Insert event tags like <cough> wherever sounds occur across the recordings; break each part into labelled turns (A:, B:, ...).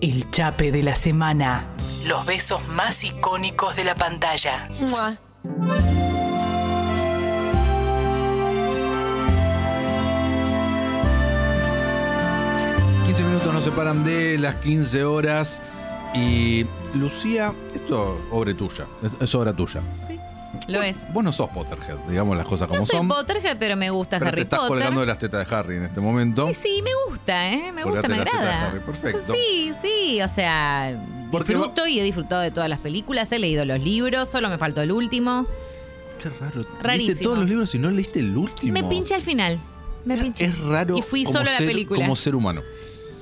A: el chape de la semana. Los besos más icónicos de la pantalla.
B: Mua.
C: Bien. 15 minutos nos separan de las 15 horas. Y Lucía, esto es obra tuya. es- Es obra tuya.
B: Sí, lo
C: Vos-
B: es.
C: Vos no sos Potterhead, digamos las cosas como
B: No soy
C: son.
B: Potterhead, pero me gusta
C: pero
B: Harry
C: te estás
B: Potter.
C: colgando de las tetas de Harry en este momento.
B: Y sí, me gusta, ¿eh? Me gusta,
C: Colgate
B: me
C: las tetas de
B: agrada.
C: Harry, perfecto.
B: Sí, sí, o sea,
C: Porque
B: disfruto y he disfrutado de todas las películas, he leído los libros, solo me faltó el último.
C: Qué raro.
B: Rarísimo.
C: Leíste todos los libros y no leíste el último.
B: Me pinché al final. Me pinché.
C: Es raro
B: Y fui
C: como
B: solo a la
C: ser-
B: película.
C: como ser humano.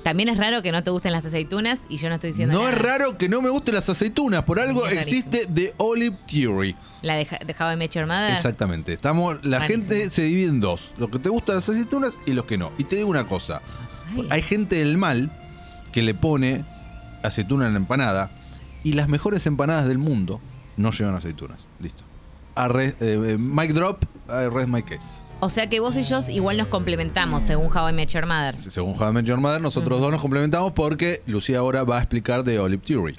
B: También es raro que no te gusten las aceitunas y yo no estoy diciendo
C: No
B: nada.
C: es raro que no me gusten las aceitunas, por algo
B: Es rarísimo.
C: existe The Olive Theory.
B: La deja- dejaba de Mecha Armada.
C: Exactamente. Estamos, la
B: Rarísimo.
C: gente se divide en dos: los que te gustan las aceitunas y los que no. Y te digo una cosa: hay gente del mal que le pone aceituna en la empanada y las mejores empanadas del mundo no llevan aceitunas. Listo. Arre- eh, eh, mic drop, arrest my case.
B: O sea que vos y yo igual nos complementamos según How I Met Your Mother.
C: Se- Según How I Met Your Mother, nosotros dos nos complementamos porque Lucía ahora va a explicar de Olive Theory.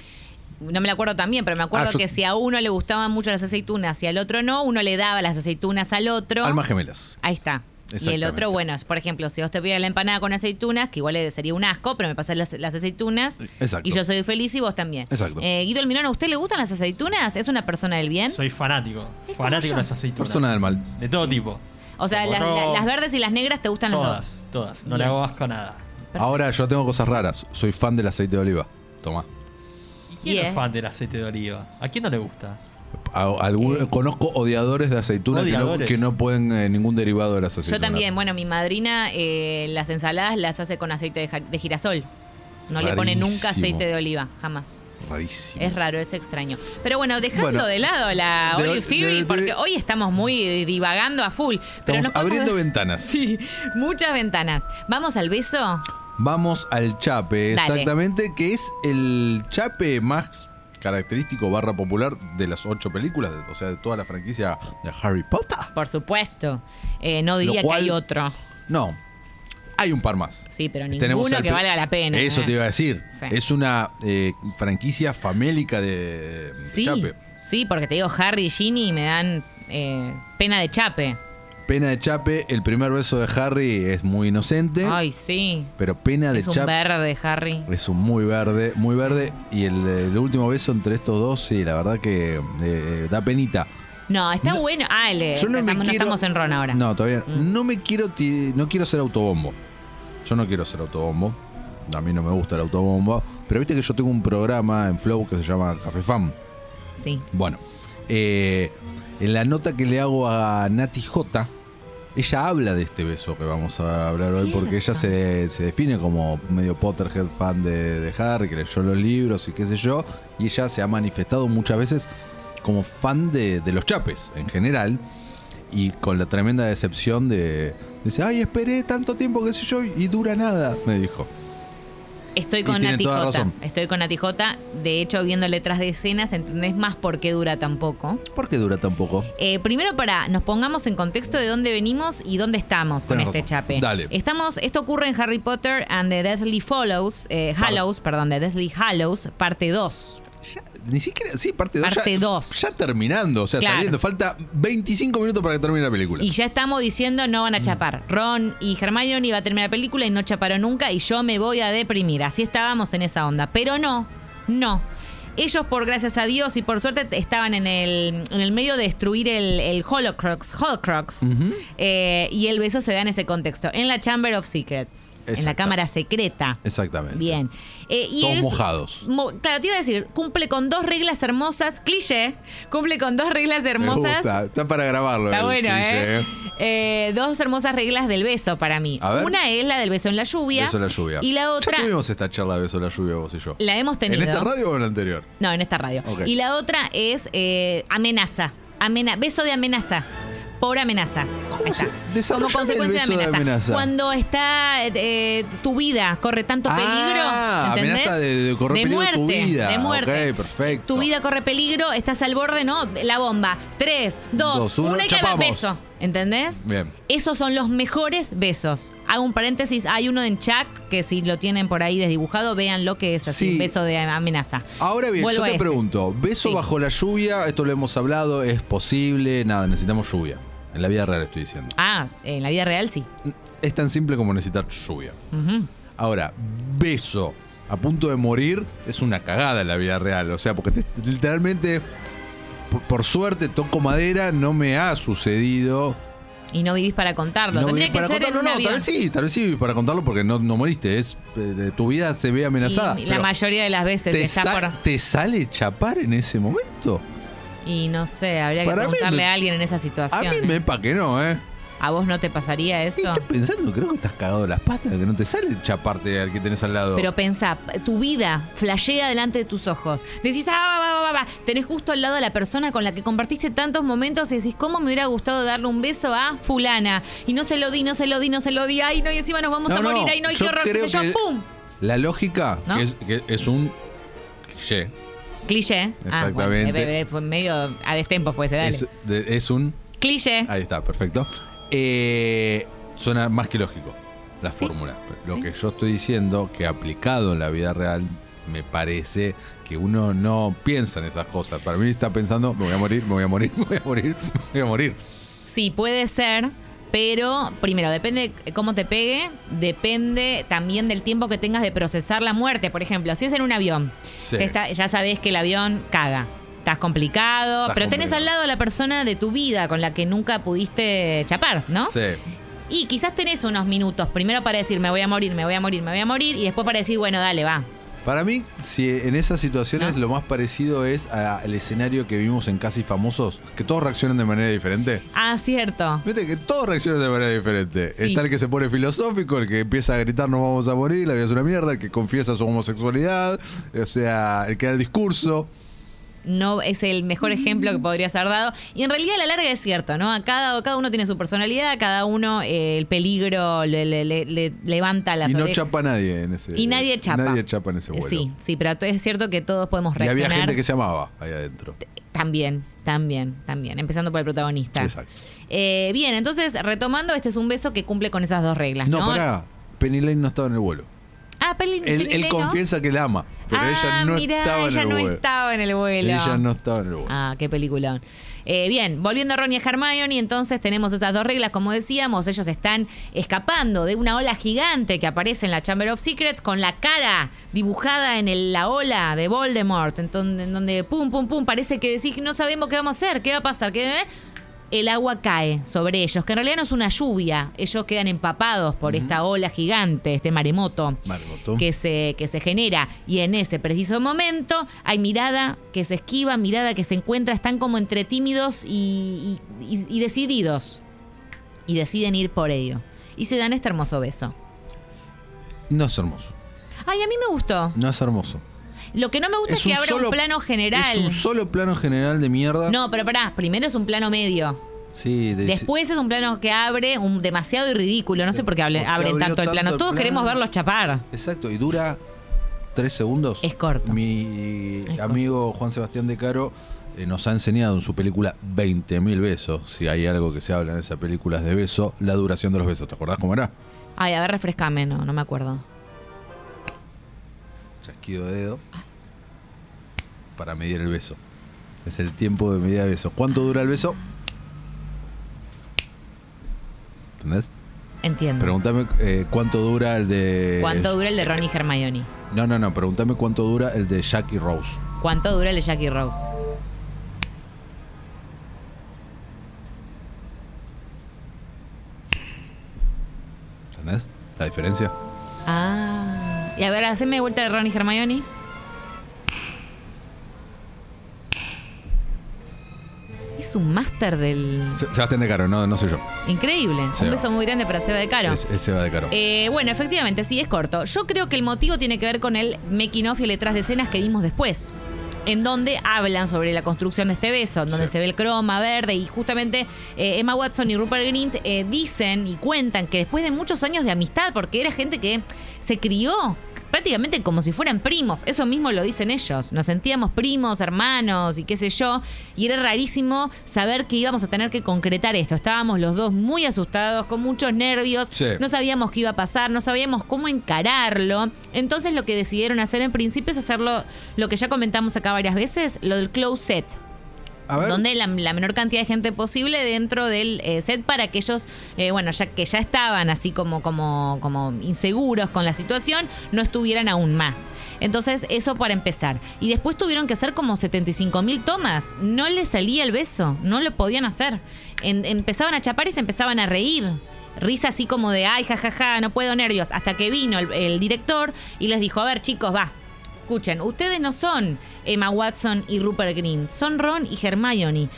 B: No me lo acuerdo también, pero me acuerdo
C: Ah, yo-
B: que si a uno le gustaban mucho las aceitunas y al otro no, uno le daba las aceitunas al otro.
C: Almas gemelas.
B: Ahí está. Y el
C: Exactamente.
B: otro, bueno, por ejemplo, si vos te pidas la empanada con aceitunas, que igual sería un asco, pero me pasas las, las aceitunas
C: Exacto.
B: y yo soy feliz y vos también.
C: Exacto.
B: Eh, Guido Almirón, ¿a usted le gustan las aceitunas? ¿Es una persona del bien?
D: Soy fanático.
B: Es como
D: Fanático
B: yo.
D: de las aceitunas.
C: Persona del mal.
D: De todo tipo.
B: o sea,
D: como
B: las,
D: no-
B: la- las verdes y las negras te gustan las dos.
D: Todas, todas. No le
B: Bien.
D: hago asco a nada.
C: Ahora yo tengo cosas raras. Soy fan del aceite de oliva. Toma.
D: ¿Y quién
B: Y
D: no
B: es-
D: es fan del aceite de oliva? ¿A quién no
C: <laughs>
D: le gusta?
C: A- algún- conozco odiadores de aceituna que no-
D: Odiadores.
C: Que, no, pueden eh, ningún derivado de las aceitunas.
B: Yo también, bueno, mi madrina eh, las ensaladas las hace con aceite de, ja- de girasol. No le pone
C: Rarísimo.
B: nunca aceite de oliva, jamás.
C: Rarísimo.
B: Es raro, es extraño. Pero bueno, dejando
C: Bueno,
B: de lado la
C: de-
B: Olive
C: de-
B: Theory,
C: de-
B: porque hoy estamos muy divagando a full. pero
C: Estamos
B: nos podemos- <laughs>
C: abriendo ventanas.
B: Sí, muchas ventanas. ¿Vamos al beso?
C: Vamos al
B: Dale.
C: chape, exactamente, que es el chape más característico barra popular de las ocho películas, de- o sea, de toda la franquicia de Harry Potter.
B: Por supuesto. Eh, no diría
C: cual-
B: que hay otro.
C: No, hay un par más.
B: Sí, pero
C: Tenemos
B: ninguno
C: al
B: que
C: pri-
B: valga la pena.
C: Eso
B: eh.
C: te iba a decir.
B: Sí.
C: Es una eh, franquicia famélica de, de
B: Sí,
C: Chape.
B: sí, porque te digo Harry y Ginny me dan eh, pena de chape.
C: Pena de Chape, el primer beso de Harry es muy inocente,
B: Ay, sí.
C: pero Pena de
B: Es un
C: Chape
B: verde, Harry.
C: es un muy verde, muy verde. Y el, el último beso entre estos dos, sí, la verdad que eh, eh, da penita.
B: No, está bueno. Ah, le,
C: Yo no me
B: estamos, no
C: quiero-
B: estamos en Ron ahora. Mm.
C: No, todavía no. no me quiero ti- no quiero ser autobombo. Yo no quiero ser autobombo. A mí no me gusta el autobombo. Pero viste que yo tengo un programa en Flow que se llama Café Fam.
B: Sí.
C: Bueno, eh, en la nota que le hago a Nati J, ella habla de este beso que vamos a hablar hoy, porque ella se, se define como medio Potterhead fan de, de Harry, que leyó los libros y qué sé yo, y ella se ha manifestado muchas veces como fan de, de los chapes en general, y con la tremenda decepción de... Dice, ay, esperé tanto tiempo, qué sé yo, y dura nada, me dijo.
B: Estoy
C: Y
B: con
C: tiene
B: Nati
C: toda
B: Jota.
C: razón.
B: Estoy con Nati Jota. De hecho, viendo letras de escenas, entendés más por qué dura tan poco.
C: ¿Por qué dura tan poco?
B: Eh, primero para nos pongamos en contexto de dónde venimos y dónde estamos con
C: Tenés
B: este
C: razón.
B: chape.
C: Dale.
B: Estamos, esto ocurre en Harry Potter and the Deathly Follows, eh, Hallows, perdón, The Deathly Hallows, parte 2.
C: Ya, ni siquiera, sí, parte 2.
B: Parte
C: ya,
B: dos.
C: Ya terminando, o sea,
B: Claro.
C: saliendo. Falta 25 minutos para que termine la película. Mm.
B: Y ya estamos diciendo no van a chapar. Ron y Hermione iba a terminar la película y no chaparon nunca y yo me voy a deprimir. Así estábamos en esa onda. Pero no, no. Ellos, por gracias a Dios y por suerte, estaban en el, en el medio de destruir el, el Holocrux, Holocrux. Eh, y el beso se da en ese contexto, en la Chamber of Secrets, en la
C: Exacta-
B: cámara secreta.
C: Exactamente.
B: Bien. Eh, y
C: Todos
B: es-
C: mojados.
B: mo- claro, te iba a decir, cumple con dos reglas hermosas, cliché, cumple con dos reglas
C: Me
B: hermosas.
C: gusta, Está para grabarlo.
B: Está
C: el
B: bueno,
C: cliché,
B: ¿eh? Eh, Dos hermosas reglas del beso para mí.
C: A ver.
B: Una es la del beso en la lluvia.
C: Beso a la lluvia.
B: Y la otra
C: Ya tuvimos esta charla de beso a la lluvia, vos y yo.
B: la hemos tenido.
C: ¿En esta radio o en la anterior?
B: No, en esta radio.
C: Ok.
B: Y la otra es eh, amenaza. Amena- beso de amenaza. Por amenaza. Ahí está.
C: se desarrollame
B: Como
C: el
B: consecuencia
C: beso de
B: de, amenaza.
C: amenaza?
B: Cuando está eh, eh, tu vida corre tanto
C: Ah,
B: peligro. ¿entendés?
C: amenaza de- de correr peligro
B: muerte,
C: tu vida.
B: De muerte.
C: Ok, perfecto.
B: Tu vida corre peligro, estás al borde, ¿no? La bomba. Tres, dos,
C: Dos, uno,
B: uno, y que va
C: chapamos.
B: beso. ¿Entendés?
C: Bien.
B: Esos son los mejores besos. Hago un paréntesis, hay uno en Chuck que si lo tienen por ahí desdibujado, vean lo que es así,
C: Sí.
B: un beso de amenaza.
C: Ahora bien,
B: Vuelvo
C: yo
B: a
C: te
B: este.
C: pregunto, beso
B: Sí.
C: bajo la lluvia, esto lo hemos hablado, es posible, nada, necesitamos lluvia. En la vida real estoy diciendo.
B: Ah, en la vida real sí.
C: Es tan simple como necesitar lluvia.
B: Ujú.
C: Ahora, beso a punto de morir es una cagada en la vida real. O sea, porque te- literalmente, por, por suerte, toco madera, no me ha sucedido.
B: Y no vivís para contarlo.
C: no
B: Tendría
C: vi-
B: que
C: para
B: ser en
C: contarlo,
B: un
C: no,
B: avión.
C: tal vez sí, tal vez sí, para contarlo porque no, no moriste. Es, eh, tu vida se ve amenazada.
B: Y la
C: pero
B: mayoría de las veces
C: te,
B: está
C: sa-
B: por.
C: ¿Te sale chapar en ese momento?
B: Y no sé, habría que
C: Para mí
B: preguntarle
C: me-
B: a alguien en esa
C: A
B: situación.
C: mí me pa' que no, ¿eh?
B: ¿A vos no te pasaría
C: Sí,
B: eso?
C: estoy pensando, creo que estás cagado de las patas, que no te sale chaparte al que tenés al lado.
B: Pero pensá, tu vida flashea delante de tus ojos. Decís, ah, va, va, va, va. Tenés justo al lado a la persona con la que compartiste tantos momentos y decís, ¿cómo me hubiera gustado darle un beso a fulana? Y no se lo di, no se lo di, no se lo di. Ay, no, y encima nos vamos a morir. Ay, no, y qué
C: yo
B: horror, qué
C: creo
B: sé yo.
C: que
B: ¡Pum!
C: La lógica,
B: ¿No?
C: que es, que es un cliché,
B: Cliché. Ah, bueno,
C: Exactamente.
B: eh, eh, fue medio a destiempo fue ese, dale.
C: es, de- es un...
B: Cliché.
C: Ahí está, perfecto. Eh, suena más que lógico la
B: Sí,
C: fórmula. Lo
B: sí.
C: que yo estoy diciendo, que aplicado en la vida real, me parece que uno no piensa en esas cosas. Para mí está pensando, me voy a morir, me voy a morir, <laughs> me voy a morir, me voy a morir.
B: Sí, puede ser, pero primero, depende de cómo te pegue, depende también del tiempo que tengas de procesar la muerte. Por ejemplo, si es en un avión,
C: Sí.
B: que está- ya sabes que el avión caga. Estás complicado,
C: Estás
B: pero tenés
C: complicado.
B: al lado a la persona de tu vida con la que nunca pudiste chapar, ¿no?
C: Sí.
B: Y quizás tenés unos minutos, primero para decir, me voy a morir, me voy a morir, me voy a morir, y después para decir, bueno, dale, va.
C: Para mí, si en esas situaciones lo más parecido es a- al escenario que vimos en Casi Famosos, que todos reaccionan de manera diferente.
B: Ah, cierto.
C: Viste que todos reaccionan de manera diferente.
B: Sí.
C: Está el que se pone filosófico, el que empieza a gritar nos vamos a morir, la vida es una mierda, el que confiesa su homosexualidad, o sea, el que da el discurso.
B: no es el mejor ejemplo que podrías haber dado. Y en realidad a la larga es cierto, ¿no? A cada, cada uno tiene su personalidad, cada uno eh, el peligro le, le- le- le levanta las
C: y no
B: orejas.
C: chapa nadie en ese
B: y nadie chapa.
C: Nadie chapa en ese vuelo.
B: Sí, sí, pero es cierto que todos podemos
C: Y había
B: reaccionar.
C: gente que se amaba ahí adentro.
B: También, también, también. Empezando por el protagonista.
C: Exacto.
B: Eh, bien, entonces, retomando, este es un beso que cumple con esas dos reglas,
C: No,
B: Ah, ¿no?
C: pará. Penny Lane no estaba en el vuelo.
B: Ah, Pelin-
C: Él,
B: Pelin
C: él
B: Lane, ¿no?
C: confiesa que la ama, pero
B: Ah,
C: ella no
B: mirá,
C: estaba en
B: ella
C: el
B: no
C: vuelo.
B: estaba en el vuelo.
C: Ella no estaba en el vuelo.
B: Ah, qué peliculón. Eh, bien, volviendo a Ron y a Hermione, entonces tenemos esas dos reglas, como decíamos, ellos están escapando de una ola gigante que aparece en la Chamber of Secrets con la cara dibujada en el- la ola de Voldemort, en donde, en donde pum, pum, pum, parece que decís que no sabemos qué vamos a hacer, qué va a pasar, qué... eh". El agua cae sobre ellos, que en realidad no es una lluvia, ellos quedan empapados por esta ola gigante, este maremoto
C: Maremoto.
B: que se, que se genera. Y en ese preciso momento hay mirada que se esquiva, mirada que se encuentra, están como entre tímidos y, y- y- y decididos. Y deciden ir por ello. Y se dan este hermoso beso.
C: No es hermoso.
B: Ay, a mí me gustó.
C: No es hermoso.
B: Lo que no me gusta es, que
C: un
B: abra
C: solo-
B: un plano general.
C: Es un solo plano general de mierda.
B: No, pero pará, primero es un plano medio.
C: Sí, de-
B: Después es un plano que abre un demasiado y ridículo. No sé por qué hablen-
C: ¿Por qué
B: abren
C: abrió
B: tanto el
C: tanto
B: plano.
C: el
B: Todos
C: plano?
B: queremos verlos chapar.
C: Exacto, y dura tres segundos.
B: Es corto.
C: Mi
B: Es
C: amigo Juan Sebastián de Caro eh, nos ha enseñado en su película 20.000 besos. Si hay algo que se habla en esa película es de beso, la duración de los besos. ¿Te acordás cómo era?
B: Ay, a ver, refrescame. No, no me acuerdo.
C: Chasquido de dedo para medir el beso. Es el tiempo de medida de beso. ¿Cuánto dura el beso? ¿Entendés?
B: Entiendo.
C: Pregúntame eh, cuánto dura el de.
B: ¿Cuánto dura el de Ron y Hermione?
C: No, no, no. Pregúntame cuánto dura el de Jack y Rose.
B: ¿Cuánto dura el de Jackie Rose?
C: ¿Entendés? La diferencia.
B: Ah. Y a ver, haceme de vuelta de Ron y Hermione. Es un máster del.
C: Se- Sebastián de Caro, no, no soy yo.
B: Increíble.
C: Se
B: un
C: va.
B: beso muy grande para Seba de Caro.
C: Es, es Seba de Caro.
B: Eh, bueno, efectivamente, sí, es corto. Yo creo que el motivo tiene que ver con el making off y el detrás de escenas que vimos después. En donde hablan sobre la construcción de este beso, en donde
C: Sí.
B: se ve el croma verde y justamente eh, Emma Watson y Rupert Grint eh, dicen y cuentan que después de muchos años de amistad, porque era gente que se crió prácticamente como si fueran primos. Eso mismo lo dicen ellos. Nos sentíamos primos, hermanos y qué sé yo. Y era rarísimo saber que íbamos a tener que concretar esto. Estábamos los dos muy asustados, con muchos nervios.
C: Sí.
B: No sabíamos qué iba a pasar, no sabíamos cómo encararlo. Entonces lo que decidieron hacer en principio es hacerlo, lo que ya comentamos acá varias veces, lo del closet
C: A ver.
B: donde la, la menor cantidad de gente posible dentro del eh, set para que ellos, eh, bueno, ya que ya estaban así como, como, como inseguros con la situación, no estuvieran aún más. Entonces, eso para empezar. Y después tuvieron que hacer como 75 mil tomas. No les salía el beso, no lo podían hacer. En- empezaban a chapar y se empezaban a reír. Risa así como de, ay, jajaja, no puedo nervios. Hasta que vino el- el director y les dijo, a ver chicos, va, Escuchen, ustedes no son Emma Watson y Rupert Green, son Ron y Hermione.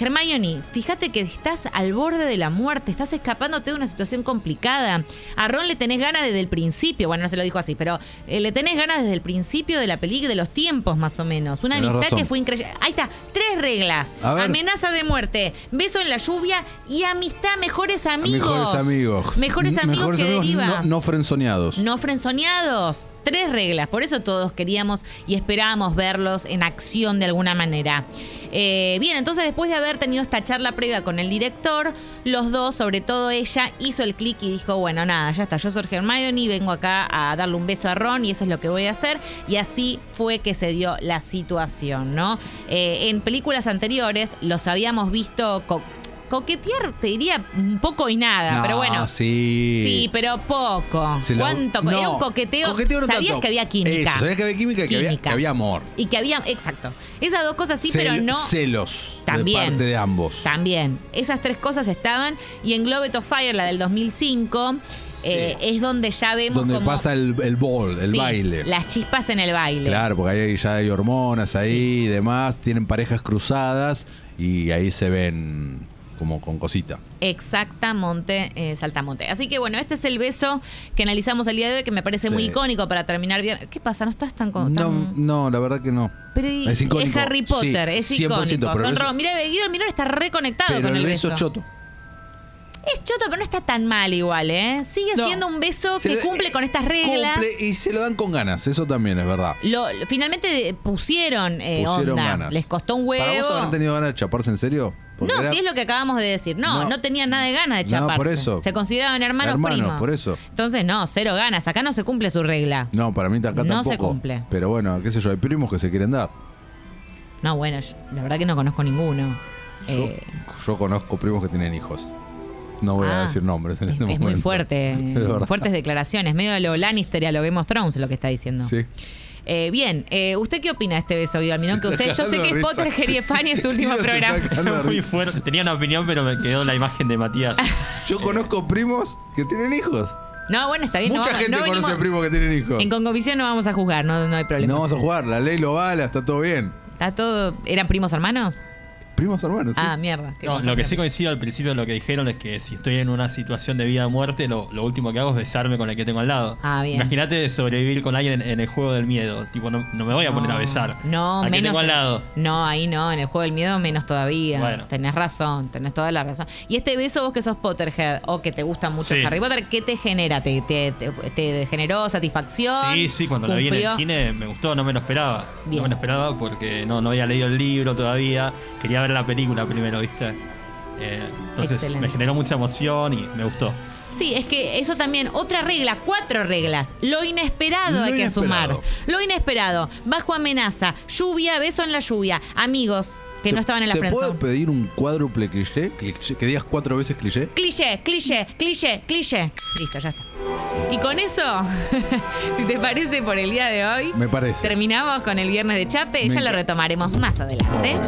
B: Hermione, fíjate que estás al borde de la muerte, estás escapándote de una situación complicada. A Ron le tenés ganas desde el principio, bueno, no se lo dijo así, pero eh, le tenés ganas desde el principio de la película, de los tiempos más o menos. Una
C: Tenés
B: amistad
C: razón.
B: que fue increíble. Ahí está, tres reglas.
C: A ver.
B: Amenaza de muerte, beso en la lluvia y amistad, mejores amigos.
C: Mejores amigos.
B: Mejores
C: N-
B: amigos que deriva.
C: no, no frenzoneados.
B: No frenzoneados. Tres reglas. Por eso todos queríamos y esperábamos verlos en acción de alguna manera. Eh, bien, entonces después de haber tenido esta charla previa con el director, los dos, sobre todo ella, hizo el clic y dijo, bueno, nada, ya está, yo soy Hermione, vengo acá a darle un beso a Ron y eso es lo que voy a hacer. Y así fue que se dio la situación, ¿no? Eh, en películas anteriores los habíamos visto... co- coquetear te diría un poco y nada,
C: No,
B: pero bueno,
C: Sí.
B: Sí, pero poco.
C: Se la-
B: ¿Cuánto? co-
C: No,
B: Era un coqueteo.
C: no
B: sabías
C: tanto.
B: que había química.
C: Eso, sabías que había química y que había,
B: Química.
C: que había amor.
B: Y que había. Exacto. Esas dos cosas sí, pero
C: Cel-
B: no.
C: Celos.
B: También.
C: De parte de ambos.
B: También. Esas tres cosas estaban. Y en Globe of Fire, la del 2005, eh, es donde ya vemos.
C: Donde
B: como-
C: pasa el, el ball, el
B: Sí,
C: baile.
B: Las chispas en el baile.
C: Claro, porque ahí ya hay hormonas ahí y demás. Tienen parejas cruzadas y ahí se ven como con cosita.
B: Exactamente, eh, saltamonte. Así que bueno, este es el beso que analizamos el día de hoy, que me parece muy
C: Sí.
B: icónico para terminar bien. ¿Qué pasa? ¿No estás tan, con-
C: No,
B: tan
C: no, la verdad que no.
B: Pero y-
C: es icónico.
B: Harry Potter,
C: Sí,
B: es
C: 100%,
B: icónico.
C: pero
B: Son
C: el beso-
B: ro- Mirá, Guido Almirón está reconectado
C: Pero
B: Ah, con
C: el
B: el
C: beso
B: beso.
C: es choto.
B: Es choto, pero no está tan mal igual, ¿eh? Sigue
C: No.
B: siendo un beso
C: Se
B: que
C: le-
B: cumple con estas reglas.
C: Cumple y se lo dan con ganas, eso también es verdad.
B: Lo, finalmente eh, pusieron, eh,
C: Pusieron
B: onda.
C: ganas.
B: Les costó un huevo.
C: ¿Para vos habrán tenido ganas de chaparse en serio? Porque
B: No,
C: era-
B: si es lo que acabamos de decir. No, no,
C: No.
B: tenían nada de ganas de
C: No,
B: chaparse.
C: por eso.
B: Se consideraban hermanos,
C: Hermanos,
B: primos.
C: por eso.
B: Entonces, no, cero ganas. Acá no se cumple su regla.
C: No, para mí acá
B: No
C: tampoco.
B: se cumple.
C: Pero bueno, qué sé yo, hay primos que se quieren dar.
B: No, bueno, yo- la verdad que no conozco ninguno.
C: Yo,
B: Eh,
C: yo conozco primos que tienen hijos. No voy
B: Ah.
C: a decir nombres en
B: Es,
C: este
B: es
C: momento.
B: muy fuerte,
C: <laughs> Es verdad.
B: fuertes declaraciones, medio de lo Lannister y a lo Game of Thrones lo que está diciendo.
C: Sí.
B: Eh, bien, eh, ¿usted qué opina de este beso, Guido Almirón? Que
C: Se está
B: usted, yo sé
C: cagando
B: que
C: de
B: es
C: risa.
B: Potter, Geriefan y es su
C: <laughs>
B: último
C: Se está
B: programa.
C: cagando de
D: Muy
C: risa.
D: fuerte. Tenía una opinión, pero me quedó la imagen de Matías.
C: Yo conozco primos que tienen hijos.
B: No, bueno, está bien. Eh, no
C: Mucha
B: vamos-
C: gente
B: no venimos-
C: conoce primos que tienen hijos.
B: En Congovisión no vamos a juzgar, no, no hay problema.
C: No vamos a jugar, la ley lo bala, está todo bien.
B: ¿Está todo, ¿Eran primos hermanos?
C: Primos hermanos. sí.
B: Ah, mierda. qué
D: No,
B: mal.
D: lo que sí coincido al principio de lo que dijeron es que si estoy en una situación de vida o muerte, lo, lo último que hago es besarme con el que tengo al lado.
B: Ah, bien.
D: Imagínate sobrevivir con alguien en, en el juego del miedo. Tipo, no, no me voy a poner a besar.
B: No,
D: al que
B: menos.
D: tengo al lado.
B: No, ahí no, en el juego del miedo menos todavía.
D: Bueno.
B: Tenés razón, tenés toda la razón. Y este beso, vos que sos Potterhead o que te gusta mucho
D: Sí.
B: Harry Potter, ¿qué te genera? ¿Te, te, te- te generó satisfacción?
D: Sí, sí, cuando la vi en el
B: ¿Cumplió?
D: cine me gustó, no me lo esperaba.
B: Bien.
D: No me lo esperaba porque no, no había leído el libro todavía. Quería ver la película primero, ¿viste? Eh, entonces
B: Excelente.
D: me generó mucha emoción y me gustó.
B: Sí, es que eso también, otra regla, cuatro reglas. Lo inesperado
C: Lo
B: hay que sumar.
C: inesperado.
B: Lo inesperado, bajo amenaza, lluvia, beso en la lluvia, amigos que no estaban en la
C: ¿Te puedo
B: friendzone.
C: pedir un cuádruple cliché? cliché? Que digas cuatro veces cliché.
B: Cliché, cliché, cliché, cliché. Listo, ya está. Y con eso, <laughs> si te parece por el día de hoy,
C: Me parece.
B: terminamos con el viernes de Chape.
C: Me
B: Ya lo
C: encanta.
B: retomaremos más adelante.